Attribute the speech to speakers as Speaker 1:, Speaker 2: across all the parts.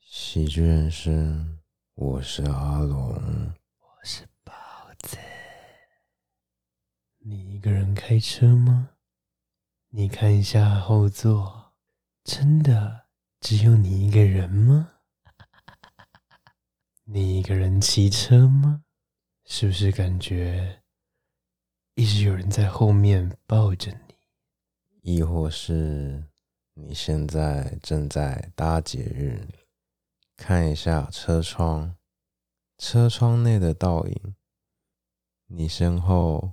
Speaker 1: 喜剧人生，我是阿龙。
Speaker 2: 我是包子。你一个人开车吗？你看一下后座，真的只有你一个人吗？你一个人骑车吗？是不是感觉一直有人在后面抱着你？
Speaker 1: 亦或是你现在正在搭捷运，看一下车窗，车窗内的倒影，你身后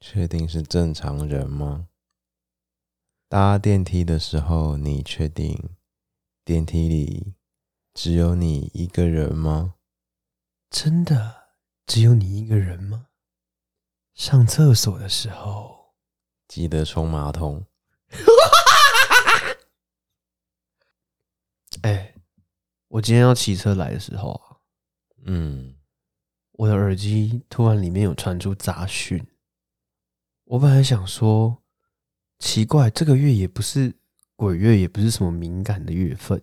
Speaker 1: 确定是正常人吗？搭电梯的时候，你确定电梯里只有你一个人吗？
Speaker 2: 真的只有你一个人吗？上厕所的时候，
Speaker 1: 记得冲马桶。
Speaker 2: 哎、我今天要骑车来的时候啊，
Speaker 1: 嗯，
Speaker 2: 我的耳机突然里面有传出杂讯。我本来想说，奇怪，这个月也不是鬼月，也不是什么敏感的月份，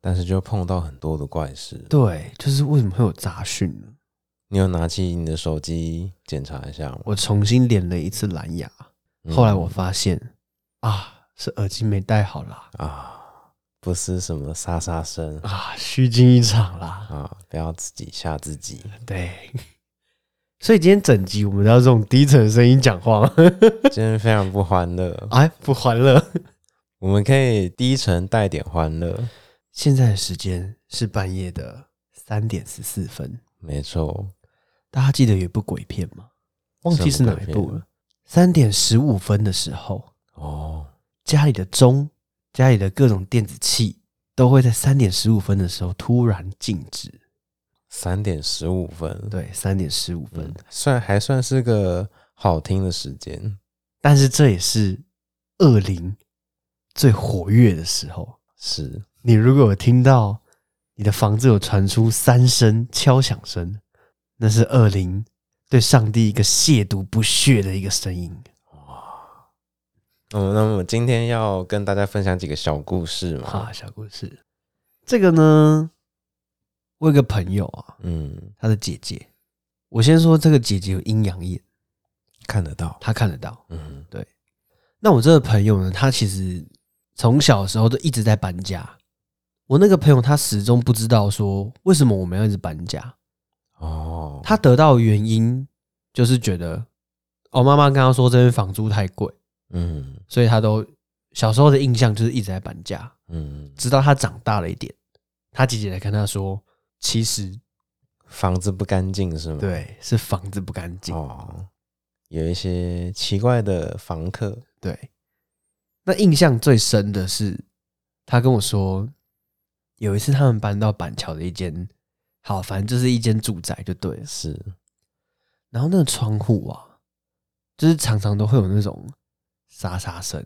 Speaker 1: 但是就碰到很多的怪事。
Speaker 2: 对，就是为什么会有杂讯呢？
Speaker 1: 你有拿起你的手机检查一下吗？
Speaker 2: 我重新连了一次蓝牙，
Speaker 1: 嗯
Speaker 2: 后来我发现啊，是耳机没戴好啦，
Speaker 1: 啊，不是什么沙沙声
Speaker 2: 啊，虚惊一场啦。
Speaker 1: 啊，不要自己吓自 己。
Speaker 2: 对，所以今天整集我们都要用低沉的声音讲话吗，
Speaker 1: 今天非常不欢乐，
Speaker 2: 哎，不欢乐。
Speaker 1: 我们可以低沉带点欢乐。
Speaker 2: 现在的时间是半夜的三点十四分。
Speaker 1: 没错，
Speaker 2: 大家记得有一部鬼片吗？忘记是哪一
Speaker 1: 什么鬼
Speaker 2: 部
Speaker 1: 片
Speaker 2: 了。三点十五分的时候，
Speaker 1: 哦，
Speaker 2: 家里的钟、家里的各种电子器都会在三点十五分的时候突然静止。
Speaker 1: 三点十五分，
Speaker 2: 对，三点十五分、
Speaker 1: 嗯，算还算是个好听的时间。
Speaker 2: 但是这也是恶灵最活跃的时候。
Speaker 1: 是，
Speaker 2: 你如果有听到你的房子有传出三声敲响声，那是恶灵对上帝一个亵渎不屑的一个声音。
Speaker 1: 嗯，那么今天要跟大家分享几个小故事嘛。
Speaker 2: 啊，小故事。这个呢，我有个朋友啊，
Speaker 1: 嗯，
Speaker 2: 他的姐姐，我先说这个姐姐有阴阳眼，
Speaker 1: 看得到。
Speaker 2: 她看得到。
Speaker 1: 嗯
Speaker 2: 那我这个朋友呢，他其实从小的时候都一直在搬家。我那个朋友他始终不知道说为什么我们要一直搬家，
Speaker 1: 哦，
Speaker 2: 他得到的原因就是觉得，哦，妈妈刚刚说这边房租太贵，
Speaker 1: 嗯
Speaker 2: 所以他都小时候的印象就是一直在搬家。
Speaker 1: 嗯，
Speaker 2: 直到他长大了一点，他姐姐来跟他说，其实
Speaker 1: 房子不干净是吗？
Speaker 2: 对是房子不干净，
Speaker 1: 哦，有一些奇怪的房客，
Speaker 2: 对。那印象最深的是，他跟我说，有一次他们搬到板桥的一间，好，反正就是一间住宅就对了。
Speaker 1: 是
Speaker 2: 然后那个窗户啊，就是常常都会有那种沙沙声，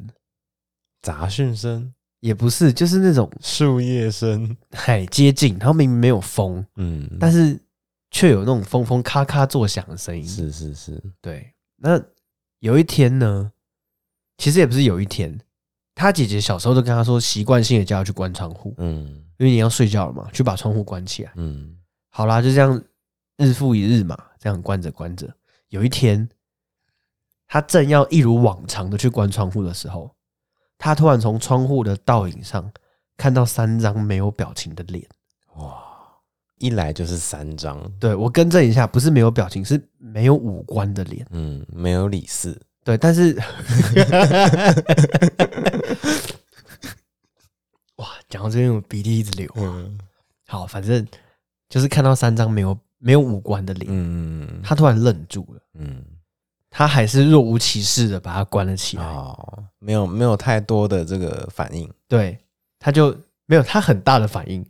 Speaker 1: 杂讯声、
Speaker 2: 也不是，就是那种
Speaker 1: 树叶声，
Speaker 2: 很接近，然后明明没有风，
Speaker 1: 嗯，
Speaker 2: 但是却有那种风风咔咔作响的声音。
Speaker 1: 是是是，
Speaker 2: 对，那有一天呢，其实也不是有一天，他姐姐小时候都跟他说，习惯性的叫他去关窗户，
Speaker 1: 嗯
Speaker 2: 因为你要睡觉了嘛，去把窗户关起来。
Speaker 1: 嗯，
Speaker 2: 好啦，就这样日复一日嘛，这样关着关着，有一天，他正要一如往常的去关窗户的时候，他突然从窗户的倒影上看到三张没有表情的脸。
Speaker 1: 哇，一来就是三张，
Speaker 2: 对我更正一下，不是没有表情，是没有五官的脸。
Speaker 1: 嗯，没有理四，
Speaker 2: 对，但是， 哇，讲到这边我鼻涕一直流。
Speaker 1: 嗯
Speaker 2: 好，反正就是看到三张没有没有五官的脸，
Speaker 1: 嗯
Speaker 2: 他突然愣住了，
Speaker 1: 嗯，
Speaker 2: 他还是若无其事的把它关了起来。
Speaker 1: 哦，没有没有太多的这个反应
Speaker 2: 对，他就没有他很大的反应，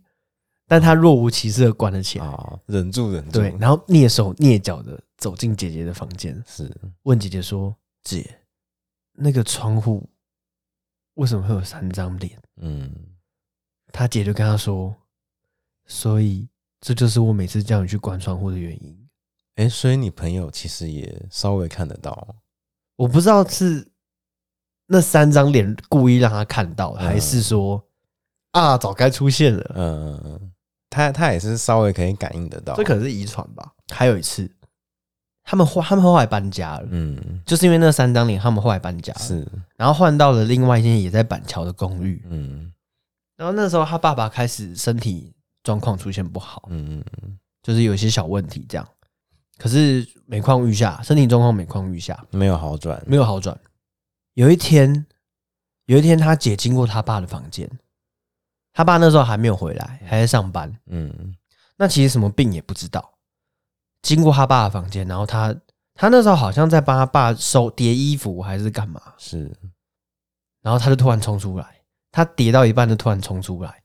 Speaker 2: 但他若无其事的关了起来。
Speaker 1: 哦，忍住忍住，
Speaker 2: 对，然后蹑手蹑脚的走进姐姐的房间，
Speaker 1: 是
Speaker 2: 问姐姐说：“姐，那个窗户为什么会有三张脸？”
Speaker 1: 嗯，
Speaker 2: 他姐就跟他说：“所以这就是我每次叫你去关窗户的原因。
Speaker 1: 哎，所以你朋友其实也稍微看得到，
Speaker 2: 我不知道是那三张脸故意让他看到，
Speaker 1: 嗯
Speaker 2: 还是说啊，早该出现了。
Speaker 1: 嗯、嗯，他他也是稍微可以感应得到，
Speaker 2: 这可能是遗传吧。还有一次，他们后他们后来搬家了，
Speaker 1: 嗯
Speaker 2: 就是因为那三张脸，他们后来搬家了，
Speaker 1: 是
Speaker 2: 然后换到了另外一间也在板桥的公寓。
Speaker 1: 嗯
Speaker 2: 然后那时候他爸爸开始身体状况出现不好，
Speaker 1: 嗯嗯，
Speaker 2: 就是有一些小问题这样。可是每况愈下，身体状况每况愈下，
Speaker 1: 没有好转，
Speaker 2: 没有好转。有一天，有一天他姐经过他爸的房间，他爸那时候还没有回来，还在上班。
Speaker 1: 嗯
Speaker 2: 那其实什么病也不知道。经过他爸的房间，然后他他那时候好像在帮他爸收叠衣服还是干嘛，
Speaker 1: 是
Speaker 2: 然后他就突然冲出来，他叠到一半就突然冲出来，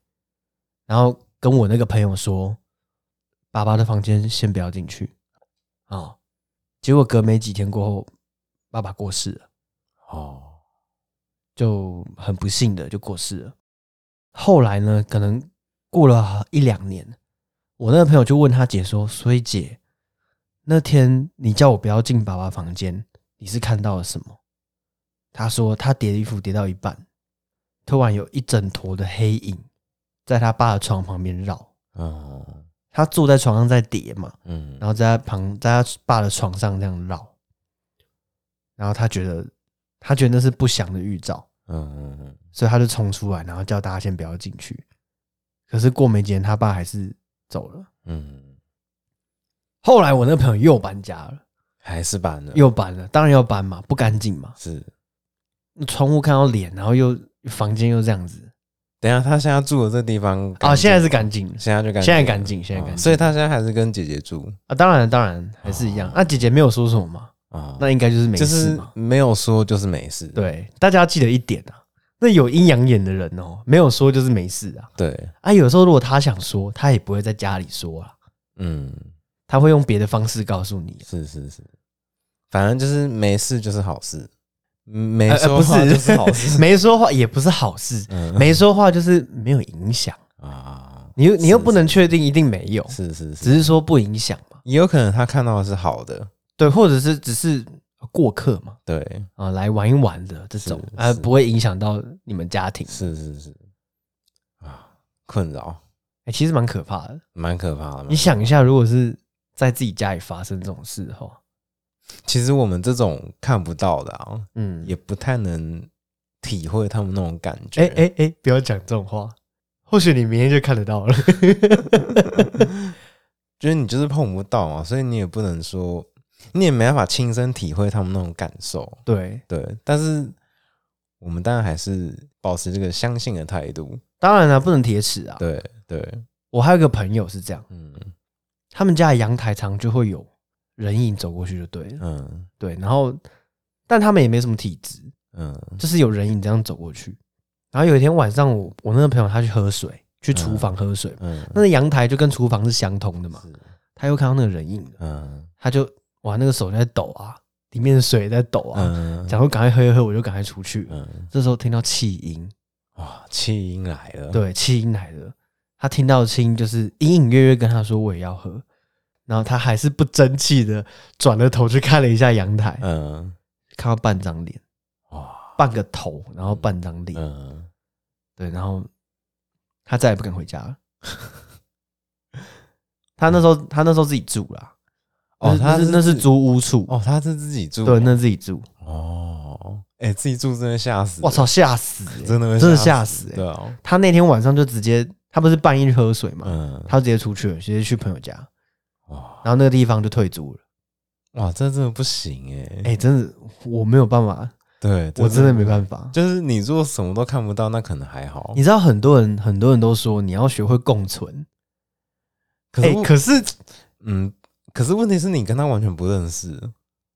Speaker 2: 然后跟我那个朋友说：“爸爸的房间先不要进去。哦”结果隔没几天过后，爸爸过世了，
Speaker 1: 哦，
Speaker 2: 就很不幸的就过世了。后来呢，可能过了一两年，我那个朋友就问他姐说：“所以姐，那天你叫我不要进爸爸房间，你是看到了什么？”他说他叠衣服叠到一半，突然有一整坨的黑影在他爸的床旁边绕。
Speaker 1: 哦，
Speaker 2: 他坐在床上在叠嘛，
Speaker 1: 嗯，
Speaker 2: 然后在他旁在他爸的床上这样绕，然后他觉得他觉得那是不祥的预兆，
Speaker 1: 嗯嗯
Speaker 2: 所以他就冲出来，然后叫大家先不要进去。可是过没几天，他爸还是走了。
Speaker 1: 嗯，
Speaker 2: 后来我那朋友又搬家了，
Speaker 1: 还是搬了，
Speaker 2: 又搬了，当然要搬嘛，不干净嘛，
Speaker 1: 是，
Speaker 2: 窗户看到脸，然后又房间又这样子
Speaker 1: 等一下他现在住的这地方
Speaker 2: 啊，现在是
Speaker 1: 干
Speaker 2: 干净
Speaker 1: 净吗，现在就干净了，
Speaker 2: 现在干净现在干净
Speaker 1: 哦所以他现在还是跟姐姐住
Speaker 2: 啊，当然当然还是一样。那、啊姐姐没有说什么嘛，
Speaker 1: 啊，
Speaker 2: 那应该就是没
Speaker 1: 就是
Speaker 2: 事嘛。
Speaker 1: 没有说就是没事，
Speaker 2: 对，大家要记得一点啊，那有阴阳眼的人哦，没有说就是没事啊。
Speaker 1: 对，
Speaker 2: 啊，有时候如果他想说，他也不会在家里说啊，
Speaker 1: 嗯，
Speaker 2: 他会用别的方式告诉你、啊。
Speaker 1: 是是是，反正就是没事就是好事，嗯没
Speaker 2: 呃呃
Speaker 1: 说
Speaker 2: 不是
Speaker 1: 话就是好 事，
Speaker 2: 没说话也不是好事，
Speaker 1: 嗯
Speaker 2: 没说话就是没有影响。
Speaker 1: 啊，
Speaker 2: 你又你又
Speaker 1: 是
Speaker 2: 不能确定一定没有，
Speaker 1: 是是是，
Speaker 2: 只是说不影响嘛。
Speaker 1: 也有可能他看到的是好的，
Speaker 2: 对，或者是只是过客嘛，
Speaker 1: 对，
Speaker 2: 啊、来玩一玩的这种，
Speaker 1: 是
Speaker 2: 呃，
Speaker 1: 是
Speaker 2: 不会影响到你们家庭。
Speaker 1: 是是是，啊，困扰
Speaker 2: 哎、其实蛮可怕的。
Speaker 1: 蛮可怕的嘛
Speaker 2: 你。想一下，如果是在自己家里发生这种事的话，
Speaker 1: 其实我们这种看不到的啊，
Speaker 2: 嗯，
Speaker 1: 也不太能体会他们那种感觉。
Speaker 2: 哎哎哎，不要讲这种话，或许你明天就看得到了。
Speaker 1: 就是你就是碰不到嘛，所以你也不能说，你也没办法亲身体会他们那种感受。
Speaker 2: 对，
Speaker 1: 对，但是我们当然还是保持这个相信的态度。
Speaker 2: 当然了、不能铁齿啊。
Speaker 1: 对对，
Speaker 2: 我还有一个朋友是这样，
Speaker 1: 嗯
Speaker 2: 他们家的阳台常就会有人影走过去，就对了。
Speaker 1: 嗯
Speaker 2: 对，然后但他们也没什么体质，
Speaker 1: 嗯
Speaker 2: 就是有人影这样走过去。然后有一天晚上我，我那个朋友他去喝水，去厨
Speaker 1: 嗯
Speaker 2: 房喝水嘛，
Speaker 1: 嗯，
Speaker 2: 那个阳台就跟厨房是相通的嘛，
Speaker 1: 是
Speaker 2: 他又看到那个人影了，
Speaker 1: 嗯
Speaker 2: 他就哇那个手就在抖啊，里面的水也在抖啊，
Speaker 1: 嗯
Speaker 2: 想说赶快喝一喝，我就赶快出去。
Speaker 1: 嗯，
Speaker 2: 这时候听到气音，
Speaker 1: 哇，气音来了。
Speaker 2: 对，气音来了，他听到的气音就是隐隐约约跟他说我也要喝，然后他还是不争气的转了头去看了一下阳台，
Speaker 1: 嗯
Speaker 2: 看到半张脸，
Speaker 1: 哇
Speaker 2: 半个头，然后半张脸，
Speaker 1: 嗯，
Speaker 2: 对，然后他再也不敢回家了。 他那时候，他那时候自己住啦。
Speaker 1: 哦
Speaker 2: 那
Speaker 1: 他
Speaker 2: 那
Speaker 1: 是
Speaker 2: 是那是
Speaker 1: 自己
Speaker 2: 租屋处，
Speaker 1: 哦，他是自己住
Speaker 2: 对，
Speaker 1: 哦
Speaker 2: 那自己住。
Speaker 1: 哦，哎、自己住真的吓死，
Speaker 2: 我，操，吓死欸、
Speaker 1: 真的会
Speaker 2: 真的
Speaker 1: 吓
Speaker 2: 吓死欸
Speaker 1: 对啊，
Speaker 2: 他那天晚上就直接，他不是半夜去喝水嘛，
Speaker 1: 嗯，
Speaker 2: 他直接出去了，直接去朋友家，
Speaker 1: 哇
Speaker 2: 然后那个地方就退租了。
Speaker 1: 哇，这真的不行哎、
Speaker 2: 哎、真的，我没有办法，
Speaker 1: 对，
Speaker 2: 我真的没
Speaker 1: 法，
Speaker 2: 办法。
Speaker 1: 就是你如果什么都看不到，那可能还好
Speaker 2: 你，知道，很多人很多人都说你要学会共存，
Speaker 1: 可是
Speaker 2: 哎、
Speaker 1: 我、
Speaker 2: 可是
Speaker 1: 嗯，可是问题是你跟他完全不认识，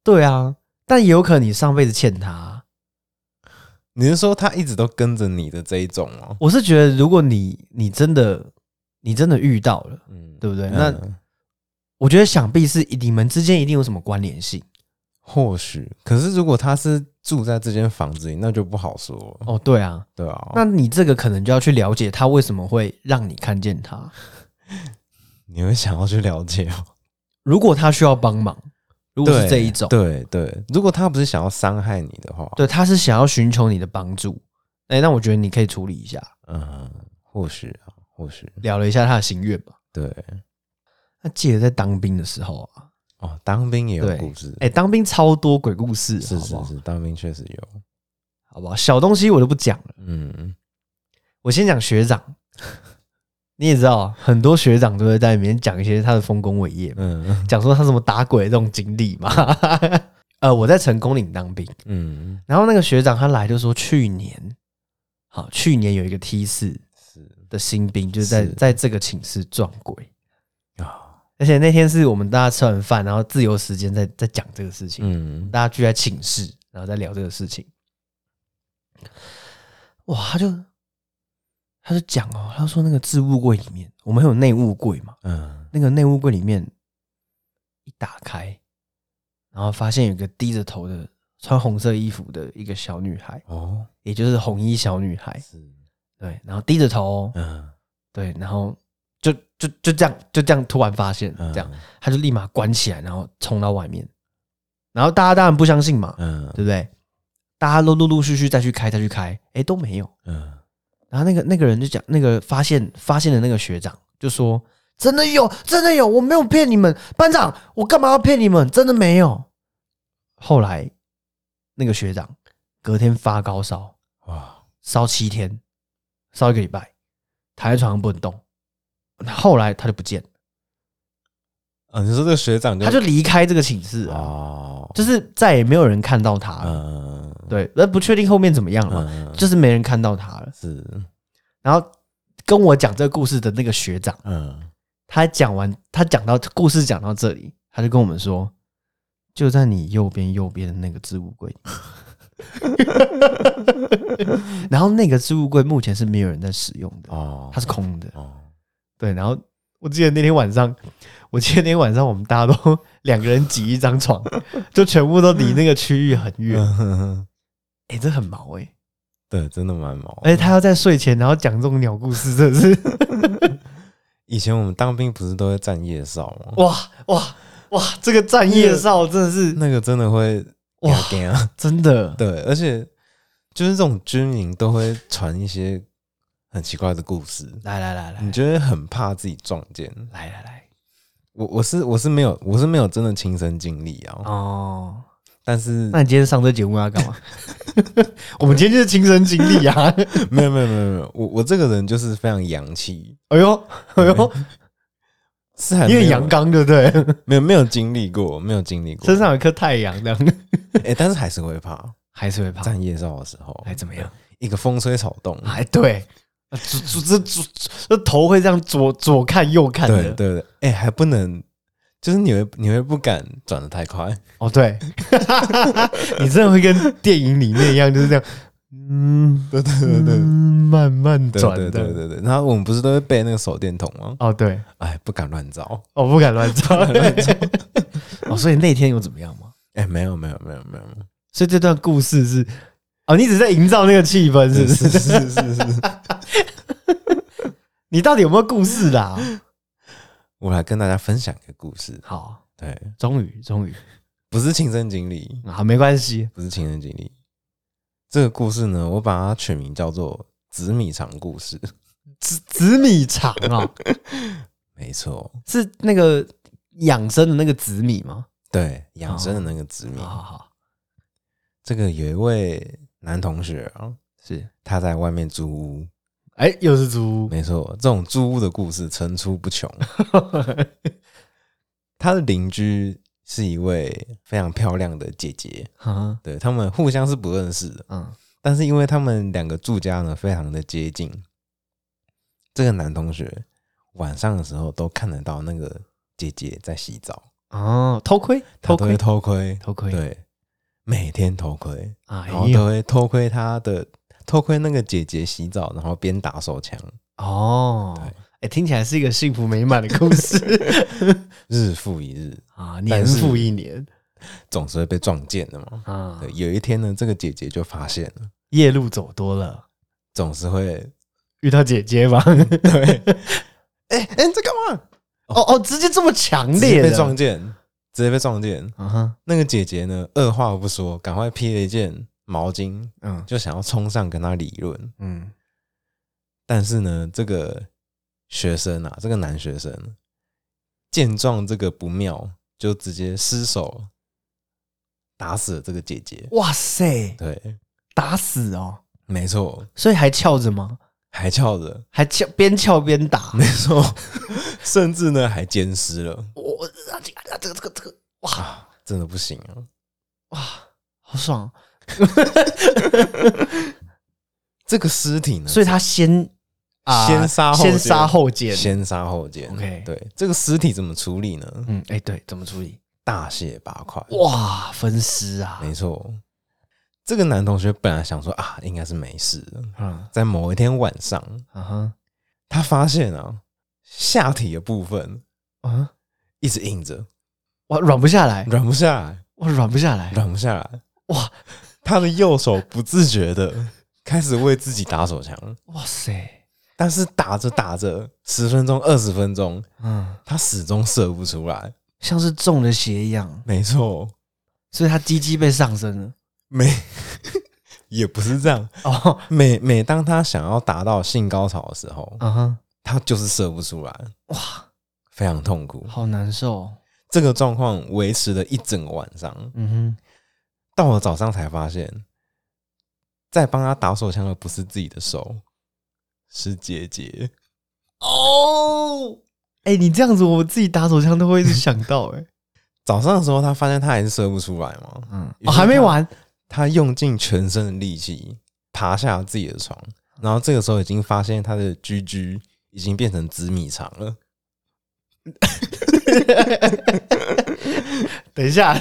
Speaker 2: 对啊，但也有可能你上辈子欠他啊、
Speaker 1: 你是说他一直都跟着你的这一种哦？
Speaker 2: 我是觉得，如果你你真的你真的遇到了，
Speaker 1: 嗯，
Speaker 2: 对不对？
Speaker 1: 嗯
Speaker 2: 那我觉得想必是你们之间一定有什么关联性。
Speaker 1: 或许，可是如果他是住在这间房子里，那就不好说了，
Speaker 2: 哦，对啊，
Speaker 1: 对啊，
Speaker 2: 那你这个可能就要去了解他为什么会让你看见他。
Speaker 1: 你会想要去了解 哦。
Speaker 2: 如果他需要帮忙，如果是
Speaker 1: 对
Speaker 2: 这一种，
Speaker 1: 对对，如果他不是想要伤害你的话，
Speaker 2: 对，他是想要寻求你的帮助，哎，那我觉得你可以处理一下。
Speaker 1: 嗯，或许啊，或许
Speaker 2: 聊了一下他的心愿嘛。
Speaker 1: 对
Speaker 2: 那记得在当兵的时候啊，
Speaker 1: 哦，当兵也有
Speaker 2: 对
Speaker 1: 故事，
Speaker 2: 哎、当兵超多鬼故事，
Speaker 1: 是
Speaker 2: 好不
Speaker 1: 是
Speaker 2: 好？
Speaker 1: 是，当兵确实有，
Speaker 2: 好不好？小东西我就不讲了，
Speaker 1: 嗯，
Speaker 2: 我先讲学长。 你也知道，很多学长都会在里面讲一些他的丰功伟业嘛，
Speaker 1: 嗯
Speaker 2: 讲说他什么打鬼的这种经历嘛。 呃，我在成功岭当兵，
Speaker 1: 嗯，
Speaker 2: 然后那个学长他来就说，去年，好，去年有一个 T 四
Speaker 1: 是
Speaker 2: 的新兵，就是在
Speaker 1: 是
Speaker 2: 在这个寝室撞鬼，
Speaker 1: 啊，
Speaker 2: 而且那天是我们大家吃完饭，然后自由时间在在讲这个事情，
Speaker 1: 嗯，
Speaker 2: 大家聚在寝室，然后在聊这个事情。哇，他就他就讲哦，他说那个置物柜里面，我们有内务柜嘛，
Speaker 1: 嗯，
Speaker 2: 那个内务柜里面一打开，然后发现有个低着头的穿红色衣服的一个小女孩，
Speaker 1: 哦，
Speaker 2: 也就是红衣小女孩，
Speaker 1: 是，
Speaker 2: 对，然后低着头哦、
Speaker 1: 嗯，
Speaker 2: 对，然后就就就这样就这样突然发现
Speaker 1: 嗯
Speaker 2: 这样，，他就立马关起来，然后冲到外面，然后大家当然不相信嘛，
Speaker 1: 嗯
Speaker 2: 对不对？大家都陆陆续续再去开，再去开，哎，都没有。
Speaker 1: 嗯，
Speaker 2: 然后那个那个人就讲，那个发现发现的那个学长就说：“真的有，真的有，我没有骗你们，班长，我干嘛要骗你们？真的没有。”后来那个学长隔天发高烧，
Speaker 1: 哇，
Speaker 2: 烧七天，烧一个礼拜，躺在床上不能动。后来他就不见了，
Speaker 1: 啊，你说这个学长就
Speaker 2: 他就离开这个寝室啊，
Speaker 1: 哦，
Speaker 2: 就是再也没有人看到他了。
Speaker 1: 嗯，
Speaker 2: 对，那不确定后面怎么样了嘛，
Speaker 1: 嗯，
Speaker 2: 就是没人看到他了。
Speaker 1: 是，
Speaker 2: 然后跟我讲这个故事的那个学长，
Speaker 1: 嗯，
Speaker 2: 他讲完，他讲到故事讲到这里，他就跟我们说，就在你右边右边的那个置物柜 里面。然后那个置物柜目前是没有人在使用的，
Speaker 1: 哦，
Speaker 2: 它是空的。
Speaker 1: 哦，
Speaker 2: 对，然后我记得那天晚上，我记得那天晚上我们大家都两个人挤一张床，就全部都离那个区域很远。
Speaker 1: 嗯
Speaker 2: 哎、这很毛哎、
Speaker 1: 对，真的蛮毛的。
Speaker 2: 而且他要在睡前然后讲这种鸟故事，真的是
Speaker 1: 以前我们当兵不是都会站夜哨吗？
Speaker 2: 哇哇哇！这个站夜哨真的是
Speaker 1: 那个真的会
Speaker 2: 哇
Speaker 1: 惊啊！
Speaker 2: 真的，
Speaker 1: 对，而且就是这种军营都会传一些很奇怪的故事，
Speaker 2: 来来来来
Speaker 1: 你就会很怕自己撞见。
Speaker 2: 来来来
Speaker 1: 我我是我是没有我是没有真的亲身经历啊，
Speaker 2: 哦。
Speaker 1: 但是
Speaker 2: 那你今天上这节目要干嘛？ 我们今天就是亲身经历啊！
Speaker 1: 没有没有没有没有，我我这个人就是非常洋气，
Speaker 2: 哎呦哎呦，
Speaker 1: 是还没
Speaker 2: 因
Speaker 1: 有
Speaker 2: 为阳刚对不对？
Speaker 1: 没有没有经历过，没有经历过
Speaker 2: 身，上有一颗太阳，这样
Speaker 1: 哎、但是还是会怕
Speaker 2: 还是会怕。
Speaker 1: 站夜哨的时候，
Speaker 2: 哎，怎么样？
Speaker 1: 一个风吹草动，
Speaker 2: 哎，对，啊左左这左这头会这样左左看右看
Speaker 1: 对
Speaker 2: 的，
Speaker 1: 对对，哎、还不能，就是你会你会不敢转的太 快，
Speaker 2: 哦对，你真的会跟电影里面一样，就是这样，嗯，
Speaker 1: 对对对对
Speaker 2: 嗯，慢慢
Speaker 1: 对
Speaker 2: 转
Speaker 1: 对
Speaker 2: 的，
Speaker 1: 对对对。然后我们不是都会背那个手电筒吗？
Speaker 2: 哦对，
Speaker 1: 哎，不敢乱照。
Speaker 2: 我不敢乱照， 哦，所以那天有怎么样吗？
Speaker 1: 哎，没有没有没有没有，
Speaker 2: 所以这段故事是，哦，你只是在营造那个气氛，是不
Speaker 1: 是
Speaker 2: 是？
Speaker 1: 是是是。
Speaker 2: 你到底有没有故事啦？
Speaker 1: 我来跟大家分享一个故事，
Speaker 2: 好，
Speaker 1: 对，
Speaker 2: 终于终于，
Speaker 1: 不是亲身经历，
Speaker 2: 好，没关系，
Speaker 1: 不是亲身经历。这个故事呢，我把它取名叫做“紫米肠故事
Speaker 2: 紫紫米肠哦，”。
Speaker 1: 没错，
Speaker 2: 是那个养生的那个紫米吗？啊
Speaker 1: 对，养生的那个紫米
Speaker 2: 哦好。好好，
Speaker 1: 这个有一位男同学啊，
Speaker 2: 是，
Speaker 1: 他在外面租屋，
Speaker 2: 哎、又是猪，
Speaker 1: 没错，这种租屋的故事层出不穷。他的邻居是一位非常漂亮的姐姐，
Speaker 2: 啊，
Speaker 1: 对他们互相是不认识的，
Speaker 2: 嗯，
Speaker 1: 但是因为他们两个住家呢非常的接近，这个男同学晚上的时候都看得到那个姐姐在洗澡，
Speaker 2: 哦，偷窥，
Speaker 1: 他
Speaker 2: 偷
Speaker 1: 都会
Speaker 2: 窥，
Speaker 1: 偷窥，
Speaker 2: 偷窥，，
Speaker 1: 对，每天偷窥，
Speaker 2: 哎
Speaker 1: 然后
Speaker 2: 呦，
Speaker 1: 都会偷窥他的。偷窥那个姐姐洗澡，然后边打手枪，
Speaker 2: 哦，哎、听起来是一个幸福美满的故 事
Speaker 1: 日复一日，
Speaker 2: 啊，
Speaker 1: 但
Speaker 2: 年
Speaker 1: 是
Speaker 2: 复一年
Speaker 1: 总是会被撞见的嘛。
Speaker 2: 啊
Speaker 1: 对，，有一天呢，这个姐姐就发现了，
Speaker 2: 夜路走多了，
Speaker 1: 总是会
Speaker 2: 遇到姐姐吧，
Speaker 1: 对，哎、哎、你在干嘛？
Speaker 2: 哦哦，直接这么强
Speaker 1: 直
Speaker 2: 烈
Speaker 1: 接
Speaker 2: 的
Speaker 1: 被撞见，直接被撞见。
Speaker 2: 啊哈，
Speaker 1: 那个姐姐呢，二话不说，赶快披了一件毛巾，
Speaker 2: 嗯
Speaker 1: 就想要冲上跟他理论。
Speaker 2: 嗯，
Speaker 1: 但是呢，这个学生啊，这个男学生见状这个不妙，就直接失手打死了这个姐姐。
Speaker 2: 哇塞，
Speaker 1: 对，
Speaker 2: 打死哦！
Speaker 1: 没错，
Speaker 2: 所以还翘着吗？
Speaker 1: 还翘着，
Speaker 2: 还翘边翘边打？
Speaker 1: 没错， 甚至呢还奸尸了，
Speaker 2: 我啊这个啊这个这个这个，哇
Speaker 1: 真的不行啊！
Speaker 2: 哇，好爽！啊
Speaker 1: 这个尸体呢，
Speaker 2: 所以他先啊
Speaker 1: 先杀后
Speaker 2: 先
Speaker 1: 奸
Speaker 2: 杀后见。
Speaker 1: 先杀后奸。
Speaker 2: OK
Speaker 1: 对，这个尸体怎么处理呢？
Speaker 2: 嗯，哎、对，怎么处理？
Speaker 1: 大卸八块。
Speaker 2: 哇，分尸啊！
Speaker 1: 没错，这个男同学本来想说啊，应该是没事的。
Speaker 2: 嗯
Speaker 1: 在某一天晚上，
Speaker 2: 啊哈
Speaker 1: 他发现啊，下体的部分
Speaker 2: 啊！
Speaker 1: 一直硬着，
Speaker 2: 哇，软不下来，
Speaker 1: 软不下来，
Speaker 2: 我软不下来。
Speaker 1: 软不下来。
Speaker 2: 哇
Speaker 1: 他的右手不自觉的开始为自己打手枪，
Speaker 2: 哇塞，
Speaker 1: 但是打着打着，十分钟、二十分钟，
Speaker 2: 嗯，
Speaker 1: 他始终射不出来。
Speaker 2: 像是中了邪一样，
Speaker 1: 没错，
Speaker 2: 所以他鸡鸡被上身了。
Speaker 1: 没 也不是这样。
Speaker 2: 哦，
Speaker 1: 每每当他想要达到性高潮的时候，
Speaker 2: 啊哈，
Speaker 1: 他就是射不出来，
Speaker 2: 哇，
Speaker 1: 非常痛苦。
Speaker 2: 好难受。
Speaker 1: 这个状况维持了一整个晚上，
Speaker 2: 嗯
Speaker 1: 到了早上才发现，在帮他打手枪的不是自己的手，是姐姐。
Speaker 2: 哼，哦，哎、你这样子，我自己打手枪都会一直想到、哎，
Speaker 1: 早上的时候，他发现他还是射不出来嘛，
Speaker 2: 嗯，
Speaker 1: 于
Speaker 2: 哦，
Speaker 1: 是
Speaker 2: 还没完，
Speaker 1: 他用尽全身的力气爬下自己的床，然后这个时候已经发现他的居居已经变成紫米肠了。
Speaker 2: 等一下，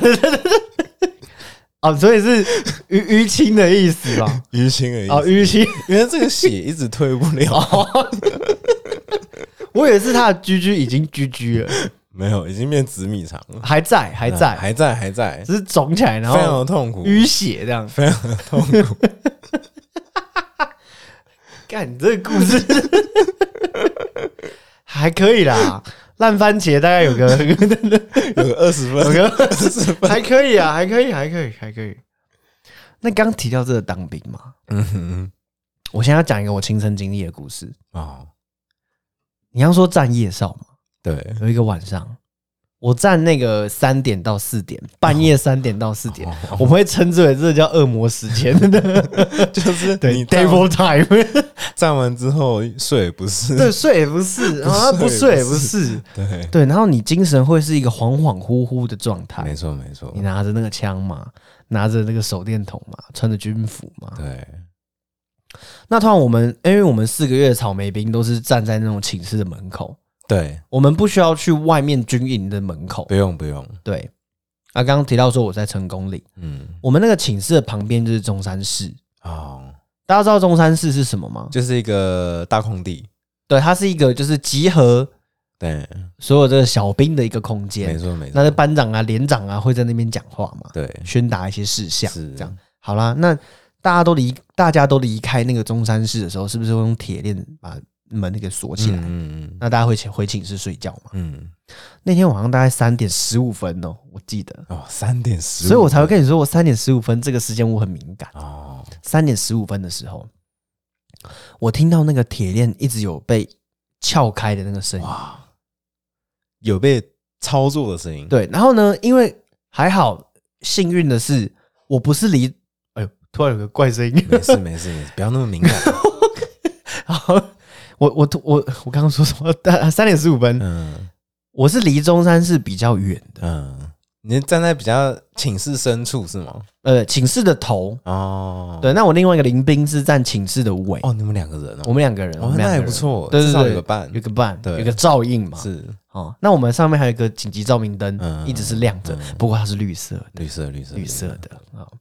Speaker 2: 哦，所以是淤淤青的意思 吧？
Speaker 1: 淤青而已，
Speaker 2: 哦，淤青，
Speaker 1: 因为这个血一直退不了，
Speaker 2: 哦， 我以为是他的居居已经居居了，
Speaker 1: 没有，已经变紫米肠了，
Speaker 2: 还在，还
Speaker 1: 嗯
Speaker 2: 在，
Speaker 1: 还在，还在，
Speaker 2: 只是肿起来，然
Speaker 1: 非常
Speaker 2: 后
Speaker 1: 的痛苦，
Speaker 2: 淤血这样。
Speaker 1: 非常的痛苦。
Speaker 2: 干，你这个故事 还可以啦，烂番茄大概有个
Speaker 1: 有个二十分，
Speaker 2: 有个
Speaker 1: 十分。
Speaker 2: 还可以啊，还可以，还可以，还可以。那刚提到这个当兵嘛，
Speaker 1: 嗯哼，
Speaker 2: 我现在要讲一个我亲身经历的故事。
Speaker 1: 哦，
Speaker 2: 你要说站夜哨嘛，
Speaker 1: 对，
Speaker 2: 有一个晚上，我站那个三点到四点，半夜三点到四点，
Speaker 1: 哦
Speaker 2: 我们会称之为这叫恶魔时间，
Speaker 1: 就是
Speaker 2: 对
Speaker 1: 你站完
Speaker 2: ，devil time。
Speaker 1: 站完之后睡不 是？
Speaker 2: 对，睡也不是，
Speaker 1: 不
Speaker 2: 啊，
Speaker 1: 睡
Speaker 2: 不睡也
Speaker 1: 不
Speaker 2: 不是，
Speaker 1: 对，
Speaker 2: 对，然后你精神会是一个恍恍惚惚的状态
Speaker 1: 没。错没错
Speaker 2: 你，拿着那个枪嘛，拿着那个手电筒嘛，穿着军服嘛。
Speaker 1: 对，
Speaker 2: 那通常我们，因为我们四个月的草莓兵都是站在那种寝室的门口，
Speaker 1: 对，
Speaker 2: 我们不需要去外面军营的门口
Speaker 1: 不。用不用，
Speaker 2: 对，啊，刚刚提到说我在成功岭，
Speaker 1: 嗯，
Speaker 2: 我们那个寝室的旁边就是中山市。
Speaker 1: 哦，
Speaker 2: 大家知道中山市是什么吗？
Speaker 1: 就是一个大空地，
Speaker 2: 对，它是一个就是集合
Speaker 1: 对，
Speaker 2: 所有这个小兵的一个空
Speaker 1: 没
Speaker 2: 间。
Speaker 1: 错没错，
Speaker 2: 那是班长啊、连长啊会在那边讲话嘛，
Speaker 1: 对，
Speaker 2: 宣达一些事项，
Speaker 1: 是
Speaker 2: 这样。好啦，那大家都离大家都离开那个中山市的时候，是不是会用铁链把门给锁起来？
Speaker 1: 嗯嗯
Speaker 2: 那大家会起回寝室睡觉嘛？
Speaker 1: 嗯，
Speaker 2: 那天晚上大概三点十五分哦，我记得，
Speaker 1: 哦，三点十，
Speaker 2: 所以我才会跟你说，我三点十五分这个时间我很敏感。
Speaker 1: 哦，
Speaker 2: 三点十五分的时候，我听到那个铁链一直有被撬开的那个声音。
Speaker 1: 哇，有被操作的声音，，
Speaker 2: 对，然后呢，因为还好，幸运的是我不是离，哎呦，突然有个怪声 音，
Speaker 1: 没事没事没事，不要那么敏感，
Speaker 2: 然后我我我我刚刚说什么？呃三点十五分，
Speaker 1: 嗯
Speaker 2: 我是离中山市比较远的，
Speaker 1: 嗯，你站在比较寝室深处是吗？
Speaker 2: 呃，寝室的头。
Speaker 1: 哦，
Speaker 2: 对，那我另外一个林兵是站寝室的尾。
Speaker 1: 哦，你们两个人
Speaker 2: 我
Speaker 1: 哦，
Speaker 2: 们两个人，我
Speaker 1: 哦
Speaker 2: 们，两
Speaker 1: 那
Speaker 2: 个
Speaker 1: 也
Speaker 2: 人
Speaker 1: 不，错，
Speaker 2: 对对
Speaker 1: 至少
Speaker 2: 对，
Speaker 1: 有个伴
Speaker 2: 有，个伴，
Speaker 1: 对
Speaker 2: 有个照应嘛。
Speaker 1: 是
Speaker 2: 哦，那我们上面还有一个紧急照明灯，
Speaker 1: 嗯
Speaker 2: 一直是亮着，不过它是绿色的，
Speaker 1: 绿色绿色
Speaker 2: 绿色，的啊、哦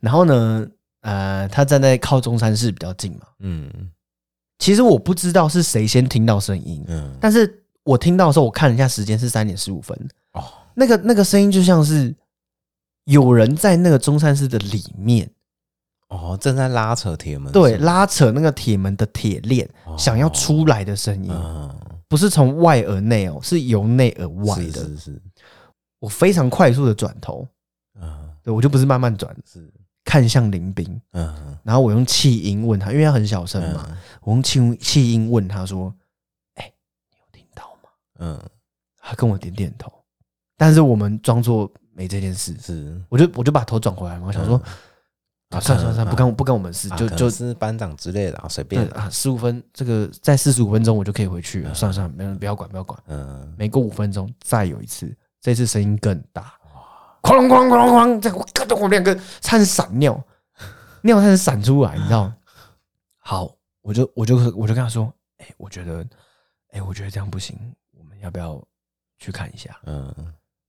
Speaker 2: 然后呢，呃，他站在靠中山市比较近嘛。
Speaker 1: 嗯
Speaker 2: 其实我不知道是谁先听到声音，
Speaker 1: 嗯，
Speaker 2: 但是我听到的时候，我看了一下时间是三点十五分。
Speaker 1: 哦，
Speaker 2: 那个那个声音就像是有人在那个中山市的里面，
Speaker 1: 哦，正在拉扯铁门，
Speaker 2: 对，
Speaker 1: 是吗，
Speaker 2: 拉扯那个铁门的铁链，
Speaker 1: 哦
Speaker 2: 想要出来的声音，
Speaker 1: 嗯，
Speaker 2: 不是从外而内哦，是由内而外
Speaker 1: 是
Speaker 2: 的。
Speaker 1: 是是，
Speaker 2: 我非常快速的转头，
Speaker 1: 嗯
Speaker 2: 对我就不是慢慢转，
Speaker 1: 是，
Speaker 2: 看向林斌，
Speaker 1: 嗯
Speaker 2: 然后我用气音问他，因为他很小声嘛，
Speaker 1: 嗯
Speaker 2: 我用气气音问他说：“哎、你有听到吗
Speaker 1: 嗯，？”
Speaker 2: 他跟我点点头，但是我们装作没这件事，
Speaker 1: 是。
Speaker 2: 我就我就把头转回来嘛，我想说，啊，算了算了算了，不干不干我们事，就就
Speaker 1: 啊就是班长之类的啊，随
Speaker 2: 对
Speaker 1: 便。
Speaker 2: 啊，十五分这个在四十五分钟我就可以回去了，算了算了，没人不要管不要管，
Speaker 1: 嗯，
Speaker 2: 每过五分钟再有一次，这次声音更大，哐隆哐隆哐隆哐，这样我靠，我两个差点闪尿，尿差点闪出来，你知道吗？好，我就我就我就跟他说，哎、我觉得，哎、我觉得这样不行，我们要不要去看一下？
Speaker 1: 嗯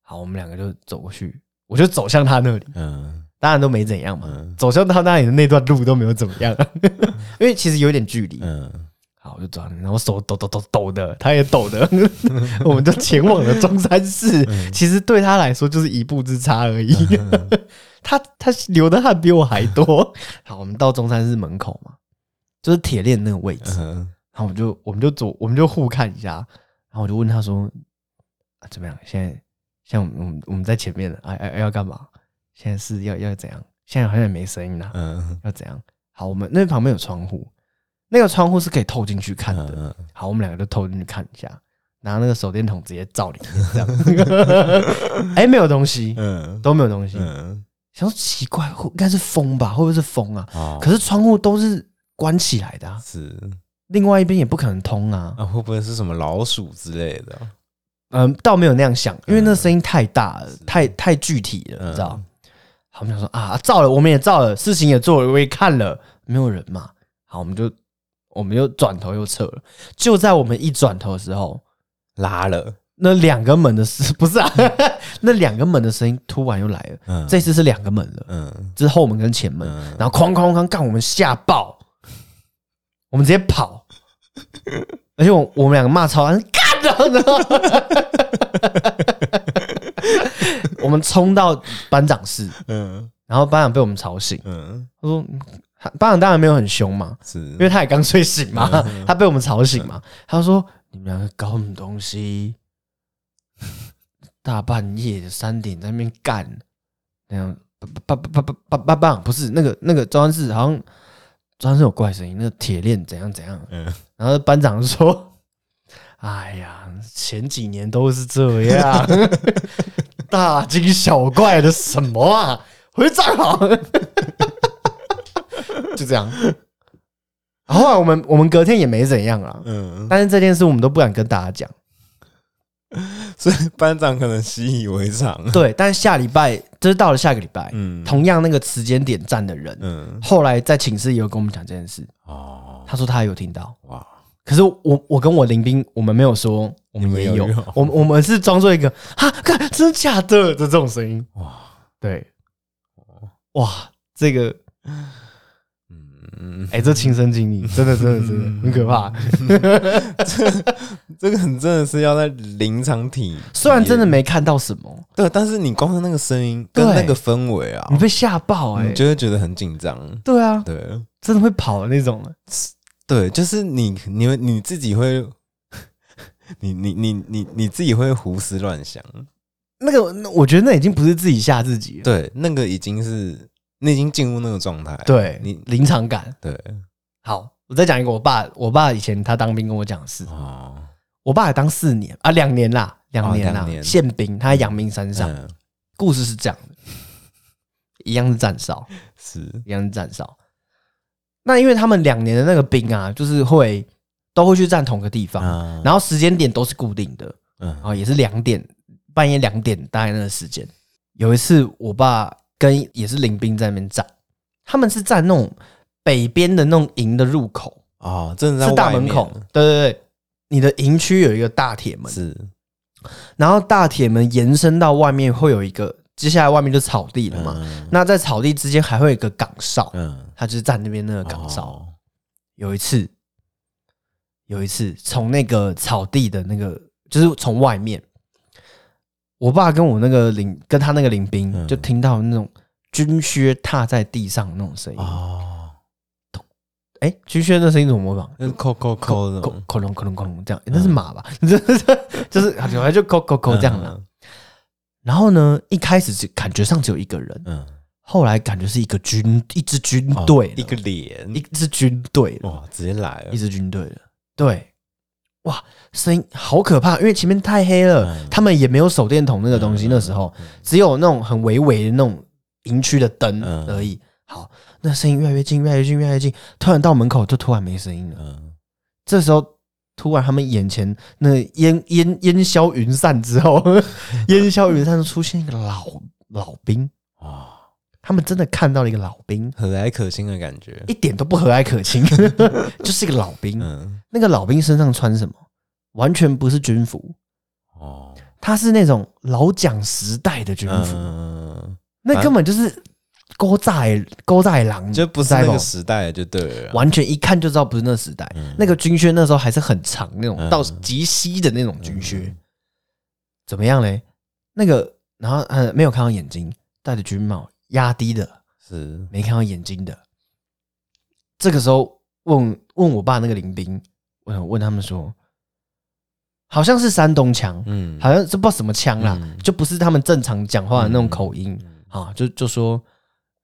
Speaker 2: 好，我们两个就走过去，我就走向他那里，
Speaker 1: 嗯
Speaker 2: 当然都没怎样嘛，
Speaker 1: 嗯
Speaker 2: 走向他那里的那段路都没有怎么样， 因为其实有点距离，
Speaker 1: 嗯，
Speaker 2: 好，我就抓他，然后手抖抖抖抖的，他也抖 的，我们就前往了中山市。
Speaker 1: 嗯
Speaker 2: 其实对他来说就是一步之差而已， 他他流的汗比我还多。好，我们到中山市门口嘛，就是铁链那个位置，
Speaker 1: 嗯
Speaker 2: 然后我们就我们就走，我们就互看一下，然后我就问他说：“啊，怎么样？现在像我们我们我们在前面了，啊要要干嘛？现在是要要怎样？现在好像也没声音了、
Speaker 1: 嗯
Speaker 2: 要怎样？好，我们那边旁边有窗户，那个窗户是可以透进去 看的。
Speaker 1: 嗯
Speaker 2: 好，我们两个就偷进去看一下，拿那个手电筒直接 照里面，这样。哎、没有东西，
Speaker 1: 嗯
Speaker 2: 都没有东西。
Speaker 1: 嗯，
Speaker 2: 想说奇怪，会应该是风吧？会不会是风啊？
Speaker 1: 哦，
Speaker 2: 可是窗户都是关起来的、啊，
Speaker 1: 是
Speaker 2: 另外一边也不可能通啊。
Speaker 1: 啊，会不会是什么老鼠之类的？
Speaker 2: 嗯，倒没有那样想，因为那声音太大了，太太具体了，
Speaker 1: 嗯
Speaker 2: 你知道？好，我们想说啊，照了，我们也照了，事情也做了，我也看了，没有人嘛。好，我们就我们就转头又撤了。就在我们一转头的时候，
Speaker 1: 拉了，
Speaker 2: 那两个门的声 不是啊，那两个门的声音突然又来了，
Speaker 1: 嗯
Speaker 2: 这次是两个门了，
Speaker 1: 嗯
Speaker 2: 这是后门跟前门，
Speaker 1: 嗯
Speaker 2: 然后哐哐哐干我们吓爆，我们直接跑，而且我我们两个骂超完干的，然后 我们冲到班长室，
Speaker 1: 嗯
Speaker 2: 然后班长被我们吵醒，
Speaker 1: 嗯，
Speaker 2: 他说他班长当然没有很凶嘛，
Speaker 1: 是，因
Speaker 2: 因为他也刚睡醒嘛， 他被我们吵醒嘛。他说：“你们两个搞什么东西？大半夜的三点在那边干，那样叭叭叭叭叭叭叭，不是那个那个中央市好像中央市有怪声音，那个铁链怎样怎样。”
Speaker 1: 嗯
Speaker 2: 然后班长说：“哎呀，前几年都是这样， 大惊小怪的什么啊？回去站好。” 就这样。然后后来我们我们隔天也没怎样啦，
Speaker 1: 嗯，
Speaker 2: 但是这件事我们都不敢跟大家讲。
Speaker 1: 所以班长可能习以为常。
Speaker 2: 对，但是下礼拜就是到了下个礼拜，
Speaker 1: 嗯
Speaker 2: 同样那个时间点站的人，
Speaker 1: 嗯，
Speaker 2: 后来在寝室也有跟我们讲这件事，
Speaker 1: 哦，
Speaker 2: 他说他也有听到。
Speaker 1: 哇，
Speaker 2: 可是我我跟我林斌，我们没有说，我们
Speaker 1: 你们
Speaker 2: 也
Speaker 1: 有
Speaker 2: 有
Speaker 1: 用，
Speaker 2: 我们我们是装作一个啊，看真的假的的这种声音。
Speaker 1: 哇，
Speaker 2: 对，哇，这个
Speaker 1: 嗯，
Speaker 2: 哎、这亲身经历，真的真的真 的很可怕。
Speaker 1: 这个很真的是要在临场体，
Speaker 2: 虽然真的没看到什么，
Speaker 1: 对，但是你光是那个声音跟
Speaker 2: 对
Speaker 1: 那个氛围啊
Speaker 2: 你，被吓爆哎、
Speaker 1: 你就会觉得很紧张。
Speaker 2: 对啊，
Speaker 1: 对
Speaker 2: 真的会跑的那种。
Speaker 1: 对，就是你你会你自己会， 你你你你你自己会胡思乱想。
Speaker 2: 那个，那我觉得那已经不是自己吓自己了。
Speaker 1: 对，那个已经是你已经进入那个状态。
Speaker 2: 对，
Speaker 1: 你
Speaker 2: 临场感。
Speaker 1: 对
Speaker 2: 好，我再讲一个我爸，我爸以前他当兵跟我讲的事，
Speaker 1: 哦，
Speaker 2: 我爸也当四年啊，两年啦，两
Speaker 1: 哦
Speaker 2: 年啦
Speaker 1: 两，年
Speaker 2: 宪兵，他在阳明山上。
Speaker 1: 嗯
Speaker 2: 故事是这样的，一样是站哨，
Speaker 1: 是
Speaker 2: 一样是站哨。那因为他们两年的那个兵啊，就是会都会去站同个地方，
Speaker 1: 啊
Speaker 2: 然后时间点都是固定的，
Speaker 1: 嗯
Speaker 2: 然后也是两点，半夜两点大概那个时间。有一次，我爸跟也是林兵在那边站，他们是站那种北边的那种营的入口，
Speaker 1: 哦，真的在
Speaker 2: 是大
Speaker 1: 外
Speaker 2: 门
Speaker 1: 面
Speaker 2: 口。对对对，你的营区有一个大铁门，
Speaker 1: 是
Speaker 2: 然后大铁门延伸到外面会有一个，接下来外面就草地了嘛。
Speaker 1: 嗯
Speaker 2: 那在草地之间还会有一个岗哨，
Speaker 1: 嗯，
Speaker 2: 他就是站那边那个岗哨。
Speaker 1: 哦
Speaker 2: 有一次，有一次从那个草地的那个，就是从外面，我爸跟我那个领跟他那个领兵、
Speaker 1: 嗯
Speaker 2: 就听到那种军靴踏在地上的那种声音。
Speaker 1: 哦，
Speaker 2: 哎、军靴那声音怎么模仿？
Speaker 1: 那扣扣扣的
Speaker 2: 扣扣隆扣隆扣隆这样，诶
Speaker 1: 嗯
Speaker 2: 那是马吧？ 就是有来就扣扣扣这样的、
Speaker 1: 嗯
Speaker 2: 然后呢，一开始只感觉上只有一个人，
Speaker 1: 嗯
Speaker 2: 后来感觉是一个军，一支军队
Speaker 1: 哦
Speaker 2: 了、
Speaker 1: 一个脸
Speaker 2: 一，支军队了，
Speaker 1: 哇，直接来了
Speaker 2: 一，支军队了。对，哇，声音好可怕，因为前面太黑了，
Speaker 1: 嗯
Speaker 2: 他们也没有手电筒那个东西，
Speaker 1: 嗯
Speaker 2: 那时候
Speaker 1: 嗯
Speaker 2: 只有那种很微微的那种营区的灯
Speaker 1: 嗯
Speaker 2: 而已。好，那声音越来越近，越来越近，越来越近，突然到门口就突然没声音了。
Speaker 1: 嗯，
Speaker 2: 这时候突然他们眼前那烟烟烟消云散之后， 烟消云散出现一个老老兵，
Speaker 1: 哇，
Speaker 2: 他们真的看到了一个老兵，
Speaker 1: 和蔼可亲的感觉，
Speaker 2: 一点都不和蔼可亲， 就是一个老兵。
Speaker 1: 嗯，
Speaker 2: 那个老兵身上穿什么？完全不是军服，
Speaker 1: 哦，
Speaker 2: 他是那种老蒋时代的军服，
Speaker 1: 嗯，
Speaker 2: 那根本就是勾仔勾仔狼，
Speaker 1: 就不是
Speaker 2: 知
Speaker 1: 那
Speaker 2: 道
Speaker 1: 个时代就对了啊，
Speaker 2: 完全一看就知道不是那时代。
Speaker 1: 嗯
Speaker 2: 那个军靴那时候还是很长那种，
Speaker 1: 嗯
Speaker 2: 到及膝的那种军靴。
Speaker 1: 嗯
Speaker 2: 怎么样嘞？那个，然后呃，没有看到眼睛，戴着军帽，压低的，
Speaker 1: 是
Speaker 2: 没看到眼睛的。这个时候问问我爸那个林兵，问问他们说，好像是山东腔，
Speaker 1: 嗯，
Speaker 2: 好像是不知道什么腔啦，
Speaker 1: 嗯
Speaker 2: 就不是他们正常讲话的那种口音、
Speaker 1: 嗯
Speaker 2: 啊，就就说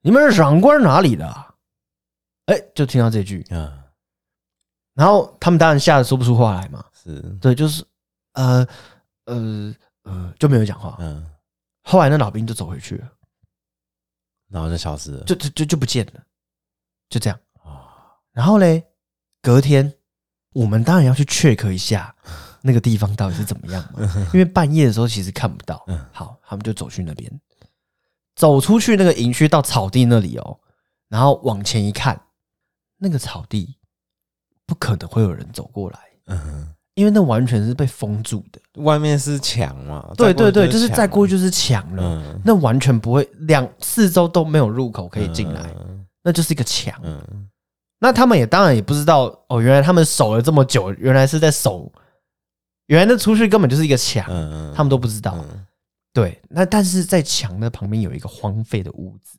Speaker 2: 你们是长官哪里的啊？哎，就听到这句，
Speaker 1: 啊，
Speaker 2: 然后他们当然吓得说不出话来嘛。
Speaker 1: 是，
Speaker 2: 对，就是呃呃呃，就没有讲话。
Speaker 1: 嗯，
Speaker 2: 后来那老兵就走回去了，
Speaker 1: 然后就消失了，
Speaker 2: 就就就就不见了，就这样。
Speaker 1: 啊，
Speaker 2: 然后嘞，隔天我们当然要去 check 一下那个地方到底是怎么样 嘛，因为半夜的时候其实看不到
Speaker 1: 嗯。
Speaker 2: 好，他们就走去那边，走出去那个营区到草地那里哦，然后往前一看，那个草地不可能会有人走过来，
Speaker 1: 嗯，
Speaker 2: 因为那完全是被封住的。
Speaker 1: 外面是墙嘛，
Speaker 2: 对
Speaker 1: 再过
Speaker 2: 对
Speaker 1: 去
Speaker 2: 对，就是
Speaker 1: 墙
Speaker 2: 再过去就是墙了，
Speaker 1: 嗯，
Speaker 2: 那完全不会，两四周都没有入口可以进来，
Speaker 1: 嗯，
Speaker 2: 那就是一个墙。
Speaker 1: 嗯，
Speaker 2: 那他们也当然也不知道哦，原来他们守了这么久，原来是在守，原来那出去根本就是一个墙，
Speaker 1: 嗯
Speaker 2: 他们都不知道。
Speaker 1: 嗯
Speaker 2: 对，那但是在墙的旁边有一个荒废的屋子，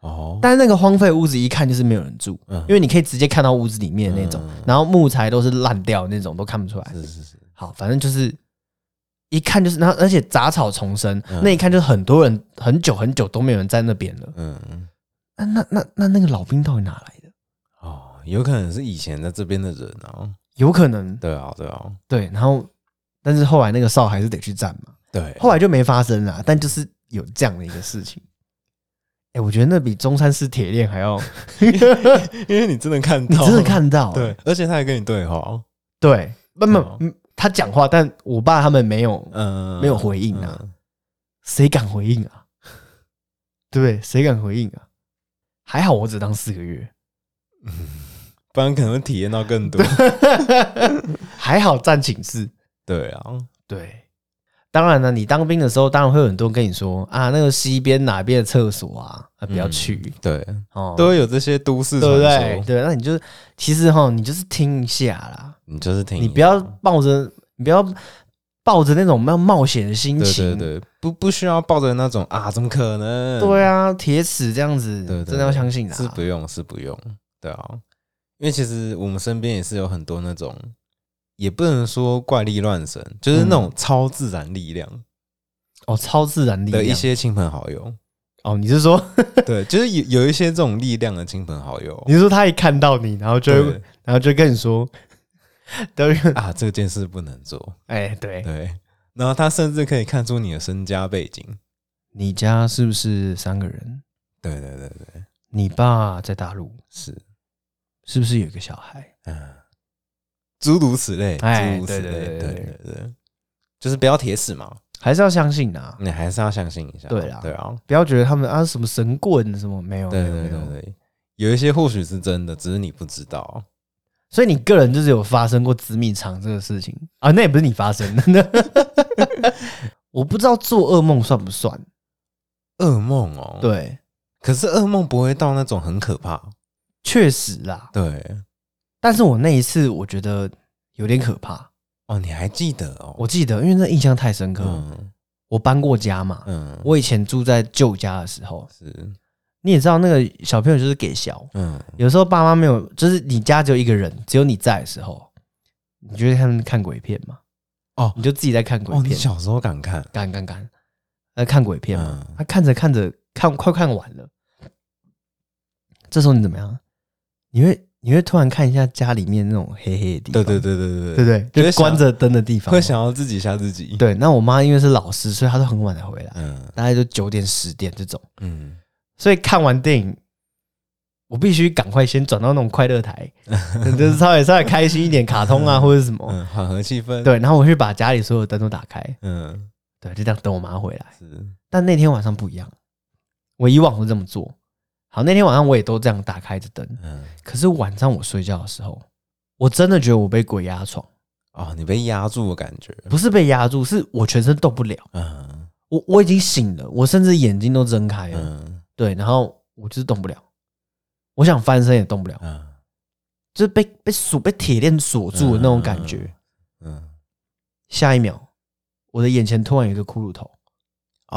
Speaker 1: 哦，
Speaker 2: 但是那个荒废屋子一看就是没有人住，
Speaker 1: 嗯
Speaker 2: 因为你可以直接看到屋子里面的那种，
Speaker 1: 嗯
Speaker 2: 然后木材都是烂掉的那种，都看不出来。
Speaker 1: 是是是，
Speaker 2: 好，反正就是一看就是，然后而且杂草丛生，
Speaker 1: 嗯
Speaker 2: 那一看就是很多人很久很久都没有人在那边了。
Speaker 1: 嗯，
Speaker 2: 那那那那那个老兵到底哪来的？
Speaker 1: 哦，有可能是以前在这边的人啊，
Speaker 2: 有可能
Speaker 1: 对啊，对啊，
Speaker 2: 对，然后但是后来那个哨还是得去站嘛，
Speaker 1: 对，
Speaker 2: 后来就没发生啦。但就是有这样的一个事情。哎、我觉得那比中山市铁链 还要，你
Speaker 1: 因为你真的看到，哦
Speaker 2: 真的看到、啊
Speaker 1: 对，而且他还跟你对话，
Speaker 2: 对，不
Speaker 1: 哦
Speaker 2: 不，他讲话，但我爸他们没有，
Speaker 1: 嗯，
Speaker 2: 没有回应啊谁敢回应啊？ 对不对？谁敢回应啊？还好我只当四个月，
Speaker 1: 不然可能会体验到更多。
Speaker 2: 还好站寝室。
Speaker 1: 对啊，
Speaker 2: 对，当然了，你当兵的时候，当然会有很多人跟你说啊，那个西边哪边的厕所啊，啊不
Speaker 1: 嗯
Speaker 2: 要去、
Speaker 1: 对，
Speaker 2: 哦，
Speaker 1: 都会有这些都市传
Speaker 2: 对不
Speaker 1: 说，
Speaker 2: 对？对，那你就其实哈，你就是听一下啦，
Speaker 1: 你就是听一下，
Speaker 2: 你不要
Speaker 1: 嗯
Speaker 2: 抱着，你不要抱着那种要冒险的心
Speaker 1: 对
Speaker 2: 情，
Speaker 1: 对对，不不需要抱着那种啊，怎么可能？
Speaker 2: 对啊，铁齿这样子，
Speaker 1: 对对
Speaker 2: 真的要相信啦。
Speaker 1: 是不用，是不用，对啊，因为其实我们身边也是有很多那种，也不能说怪力乱神，就是那种超自然力量
Speaker 2: 哦，超自然力
Speaker 1: 的
Speaker 2: 量
Speaker 1: 一些亲朋好友，
Speaker 2: 哦，你是说
Speaker 1: 对，就是有有一些这种力量的亲朋好友，
Speaker 2: 你是说他一看到你，然后就会
Speaker 1: 对
Speaker 2: 然后就跟你说，都是
Speaker 1: 啊，这件事不能做，
Speaker 2: 哎，对，
Speaker 1: 对，然后他甚至可以看出你的身家背景，
Speaker 2: 你家是不是三个人？
Speaker 1: 对对对对，
Speaker 2: 你爸在大陆，
Speaker 1: 是，
Speaker 2: 是不是有一个小孩？
Speaker 1: 嗯，诸如此类，
Speaker 2: 哎
Speaker 1: 诸如此
Speaker 2: 对
Speaker 1: 类，
Speaker 2: 对
Speaker 1: 对
Speaker 2: 对对
Speaker 1: 对对，就是不要铁死嘛，
Speaker 2: 还是要相信啊，
Speaker 1: 你还是要相信一下，
Speaker 2: 对啦
Speaker 1: 对啊，
Speaker 2: 不要觉得他们啊什么神棍什么没有，
Speaker 1: 对
Speaker 2: 没有
Speaker 1: 对
Speaker 2: 没有
Speaker 1: 对对，有一些或许是真的，只是你不知道。
Speaker 2: 所以你个人就是有发生过紫米肠这个事情啊？那也不是你发生的， 我不知道做噩梦算不算？
Speaker 1: 噩梦哦，，
Speaker 2: 对，
Speaker 1: 可是噩梦不会到那种很可怕，
Speaker 2: 确实啦。
Speaker 1: 对，
Speaker 2: 但是我那一次我觉得有点可怕，
Speaker 1: 哦，你还记得哦？
Speaker 2: 我记得，因为那印象太深刻。
Speaker 1: 嗯
Speaker 2: 我搬过家嘛，
Speaker 1: 嗯，
Speaker 2: 我以前住在旧家的时候，
Speaker 1: 是
Speaker 2: 你也知道那个小朋友就是给小，
Speaker 1: 嗯
Speaker 2: 有时候爸妈没有，就是你家只有一个人，只有你在的时候，你就会看看鬼片嘛？
Speaker 1: 哦
Speaker 2: 你就自己在看鬼
Speaker 1: 哦，你
Speaker 2: 片，
Speaker 1: 小时候敢看
Speaker 2: 干干干，呃，看鬼片嘛，
Speaker 1: 嗯
Speaker 2: 他、看着看着看快看完了，这时候你怎么样？你会你会突然看一下家里面那种黑黑的地
Speaker 1: 对
Speaker 2: 方，
Speaker 1: 对对对对
Speaker 2: 对不对，
Speaker 1: 就
Speaker 2: 就是
Speaker 1: 想
Speaker 2: 关着灯的地方，
Speaker 1: 会想要自己吓自己。，
Speaker 2: 对，那我妈因为是老师，所以她都很晚才回来，
Speaker 1: 嗯
Speaker 2: 大概就九点十点这种。
Speaker 1: 嗯，
Speaker 2: 所以看完电影，我必须赶快先转到那种快 乐台，就是稍微稍微开心一点，卡通啊或者是什么。
Speaker 1: 嗯，缓和气氛。，
Speaker 2: 对，然后我去把家里所有灯都打开，
Speaker 1: 嗯，
Speaker 2: 对，就这样等我妈回来。
Speaker 1: 是，
Speaker 2: 但那天晚上不一样，我以往都这么做。好，那天晚上我也都这样打开着灯，
Speaker 1: 嗯，
Speaker 2: 可是晚上我睡觉的时候，我真的觉得我被鬼压床，
Speaker 1: 哦，你被压住的感觉。
Speaker 2: 不是被压住，是我全身动不了。
Speaker 1: 嗯
Speaker 2: 我我已经醒了，我甚至眼睛都睁开了，
Speaker 1: 嗯
Speaker 2: 对，然后我就是动不了，我想翻身也动不了，
Speaker 1: 嗯
Speaker 2: 就是被被锁被铁链锁住的那种感觉。
Speaker 1: 嗯，
Speaker 2: 下一秒，我的眼前突然有一个骷髅头。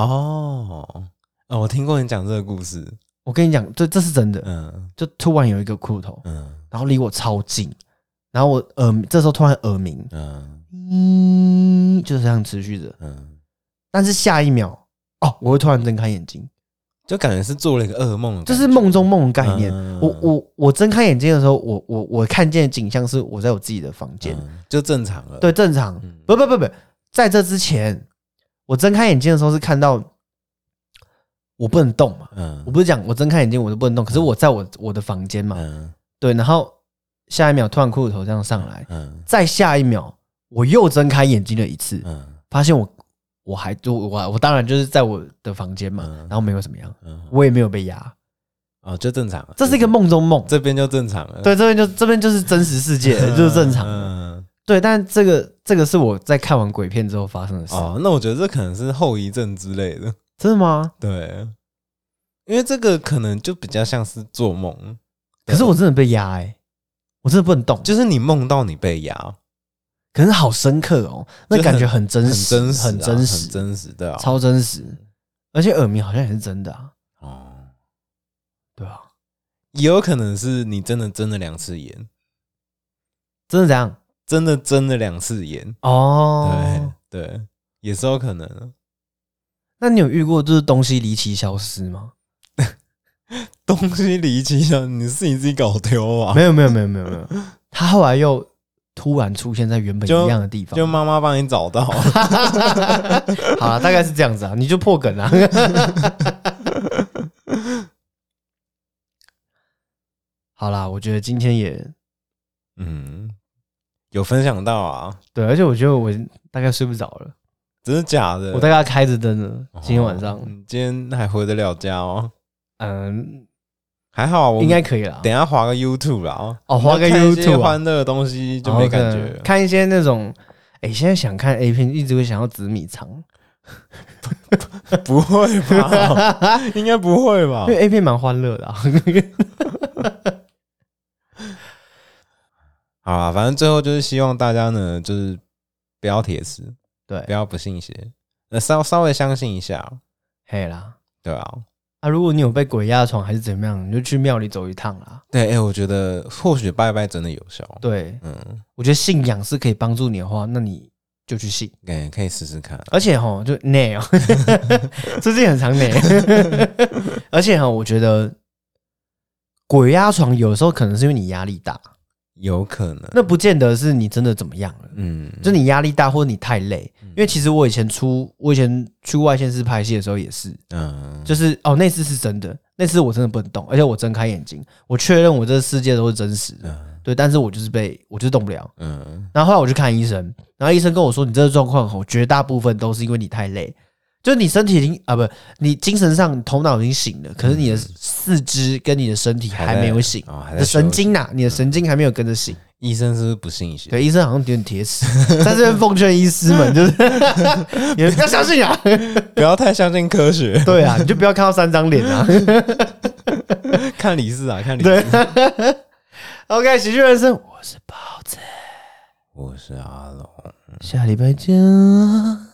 Speaker 1: 哦哦，我听过你讲这个故事。
Speaker 2: 我跟你讲，这这是真的，
Speaker 1: 嗯
Speaker 2: 就突然有一个骷髅头，
Speaker 1: 嗯
Speaker 2: 然后离我超近，然后我耳这时候突然耳鸣，
Speaker 1: 嗯
Speaker 2: 嗯，就是这样持续着。
Speaker 1: 嗯，
Speaker 2: 但是下一秒，哦，我会突然睁开眼睛，
Speaker 1: 就感觉是做了一个噩梦的感觉，
Speaker 2: 这是梦中梦的概念。
Speaker 1: 嗯
Speaker 2: 我我我睁开眼睛的时候，我我我看见的景象是我在我自己的房间，
Speaker 1: 嗯就正常了。
Speaker 2: 对，正常。
Speaker 1: 嗯，
Speaker 2: 不不不不，在这之前，我睁开眼睛的时候是看到我不能动嘛。
Speaker 1: 嗯，
Speaker 2: 我不是讲我睁开眼睛我都不能动，可是我在我我的房间嘛，
Speaker 1: 嗯
Speaker 2: 对，然后下一秒突然骷髅头这样上来，
Speaker 1: 嗯
Speaker 2: 再下一秒我又睁开眼睛了一次，
Speaker 1: 嗯
Speaker 2: 发现我我还就我我当然就是在我的房间嘛
Speaker 1: 嗯，
Speaker 2: 然后没有怎么样，
Speaker 1: 嗯，
Speaker 2: 我也没有被压，
Speaker 1: 哦，就正常了。
Speaker 2: 这是一个梦中梦，
Speaker 1: 这边就正常了，
Speaker 2: 对，这边就这边就是真实世界，
Speaker 1: 嗯，
Speaker 2: 就是正常的，
Speaker 1: 嗯
Speaker 2: 对，但这个这个是我在看完鬼片之后发生的事，
Speaker 1: 哦，那我觉得这可能是后遗症之类的，
Speaker 2: 真的吗？
Speaker 1: 对，因为这个可能就比较像是做梦，
Speaker 2: 可是我真的被压哎，我真的不能动，
Speaker 1: 就是你梦到你被压，
Speaker 2: 可是好深刻哦，那
Speaker 1: 就
Speaker 2: 感
Speaker 1: 很
Speaker 2: 觉很真
Speaker 1: 很
Speaker 2: 实，
Speaker 1: 真实啊，
Speaker 2: 很真实
Speaker 1: 很，真实，对啊，
Speaker 2: 超真实，而且耳鸣好像也是真的啊，
Speaker 1: 哦，
Speaker 2: 对啊，
Speaker 1: 也有可能是你真的睁了两次眼，
Speaker 2: 真的这样
Speaker 1: 真的睁了两次眼，
Speaker 2: 哦
Speaker 1: 对。对，也是有可能的。
Speaker 2: 那你有遇过就是东西离奇消失吗？
Speaker 1: 东西离奇像你是你自己搞丢啊？
Speaker 2: 没有，没有，没有，没有，没有。他后来又突然出现在原本
Speaker 1: 就
Speaker 2: 一样的地方，
Speaker 1: 就妈妈帮你找 到，
Speaker 2: 好啦，大概是这样子啊，你就 破梗啊。好啦，我觉得今天也
Speaker 1: 嗯，有分享到啊，
Speaker 2: 对，而且我觉得我大概睡不着了，
Speaker 1: 真的假的？
Speaker 2: 我大概要开着灯了。今天晚上
Speaker 1: 哦，你今天还回得了家哦？
Speaker 2: 嗯，
Speaker 1: 还好啊，我们
Speaker 2: 应该可以啦。
Speaker 1: 等一下划个 YouTube 啦。
Speaker 2: 哦划个
Speaker 1: 你要看一些
Speaker 2: YouTube 啊
Speaker 1: 欢乐的东西就没感觉
Speaker 2: 哦对
Speaker 1: 了。
Speaker 2: 看一些那种，哎、现在想看 A 片，一直会想要紫米肠，
Speaker 1: 不会吧？
Speaker 2: 因
Speaker 1: 应该不会吧？
Speaker 2: 为 A 片蛮欢乐的、啊。
Speaker 1: 好啦，反正最后就是希望大家呢，就是不要铁石，不
Speaker 2: 对，
Speaker 1: 要不信邪，呃，稍稍微相信一下，
Speaker 2: 嘿啦，
Speaker 1: 对啊。
Speaker 2: 啊，如果你有被鬼压床还是怎么样，你就去庙里走一趟啦。
Speaker 1: 对，哎、我觉得或许拜拜真的有效。，
Speaker 2: 对，
Speaker 1: 嗯，
Speaker 2: 我觉得信仰是可以帮助你的话，那你就去信。
Speaker 1: 感觉哎可以试试看。
Speaker 2: 而且哈，就内哦， 最近很常内。 而且哈，我觉得鬼压床有时候可能是因为你压力大，
Speaker 1: 有可能，
Speaker 2: 那不见得是你真的怎么样了。
Speaker 1: 嗯嗯，
Speaker 2: 就你压力大或者你太累，因为其实我以前出我以前去外县市拍戏的时候也是，
Speaker 1: 嗯，
Speaker 2: 就是哦那次是真的，那次我真的不能动，而且我睁开眼睛，我确认我这个世界都是真实的，
Speaker 1: 嗯
Speaker 2: 对，但是我就是被我就是动不了。
Speaker 1: 嗯
Speaker 2: 然后后来我去看医生，然后医生跟我说，你这个状况吼，绝大部分都是因为你太累，就是你身体已经啊不，你精神上头脑已经醒了，可是你的四肢跟你的身体还没有醒，
Speaker 1: 哦，嗯还
Speaker 2: 你
Speaker 1: 在
Speaker 2: 的神
Speaker 1: 休息。嗯
Speaker 2: 经呐、啊你的神经还没有跟着醒。
Speaker 1: 医生是不是不信邪？
Speaker 2: 对，医生好像有点铁齿，在这边奉劝医师们，就是 你们不要相信啊，
Speaker 1: 不要太相信科学。
Speaker 2: 对啊，你就不要看到三张脸啊。
Speaker 1: 看李四啊，看李
Speaker 2: 对
Speaker 1: 四。
Speaker 2: OK，喜剧人生，我是豹子，
Speaker 1: 我是阿龙。
Speaker 2: 下礼拜见啊。